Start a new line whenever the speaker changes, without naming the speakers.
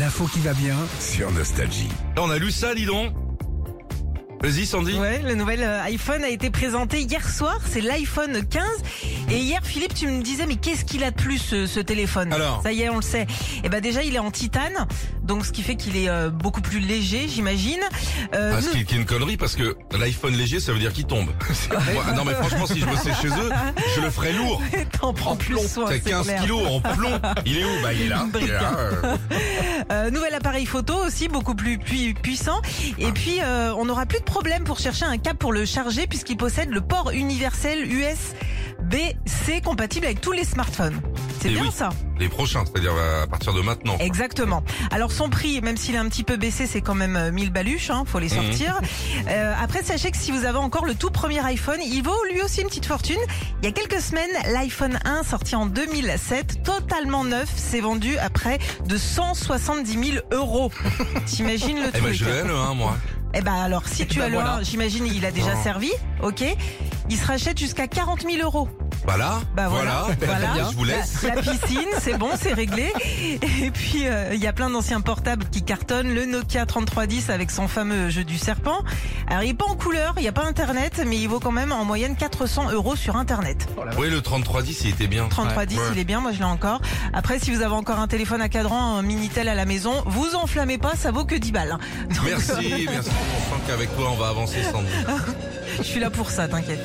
L'info qui va bien sur Nostalgie.
On a lu ça, dis donc. Vas-y, Sandy.
Ouais, le nouvel euh, iPhone a été présenté hier soir, c'est l'iPhone 15. Et hier, Philippe, tu me disais, mais qu'est-ce qu'il a de plus ce, ce téléphone
Alors
Ça y est, on le sait. Et ben déjà, il est en titane, donc ce qui fait qu'il est euh, beaucoup plus léger, j'imagine. Euh,
Ah, ce
nous-
qui est qui est une connerie parce que l'iPhone léger, ça veut dire qu'il tombe. C'est- Ah non, mais franchement, si je bossais chez eux, je le ferais lourd.
T'en prends
En
plus
plomb.
soin,
T'as
c'est
15
clair.
kilos en plomb. Il est où Bah, il est là. Il est là, euh.
Euh, nouvel appareil photo aussi, beaucoup plus pui- puissant.
Ah.
Et puis, euh, on n'aura plus de problème pour chercher un câble pour le charger, puisqu'il possède le port universel USB-C compatible avec tous les smartphones. C'est
Eh
bien
oui.
ça
Les prochains, c'est-à-dire euh, à partir de maintenant.
Exactement. Alors son prix, même s'il est un petit peu baissé, c'est quand même euh, 1000 baluches, hein, faut les
Mhm.
sortir. Euh, après, sachez que si vous avez encore le tout premier iPhone, il vaut lui aussi une petite fortune. Il y a quelques semaines, l'iPhone 1 sorti en 2007, totalement neuf, s'est vendu à près de 170 000 euros. T'imagines le
Eh
truc
ben, je l'ai le 1, moi.
Eh ben alors, si tu
ben
as le
voilà.
1, j'imagine il a déjà
Non.
servi, ok Il se rachète jusqu'à 40 000 euros.
Voilà.
Bah voilà, voilà. Bah,
Je vous laisse.
La piscine, c'est bon, c'est réglé. Et puis, euh, il y a plein d'anciens portables qui cartonnent. Le Nokia 3310 avec son fameux jeu du serpent. Alors, il n'est pas en couleur, il n'y a pas Internet, mais il vaut quand même en moyenne 400 euros sur Internet.
Oui, le 3310, il était bien.
3310,
Ouais.
il est bien, moi je l'ai encore. Après, si vous avez encore un téléphone à cadran, un Minitel à la maison, vous enflammez pas, ça vaut que 10 balles. Donc,
Merci, merci. On sent qu'avec toi, on va avancer, Sandy.
je suis là pour ça, t'inquiète.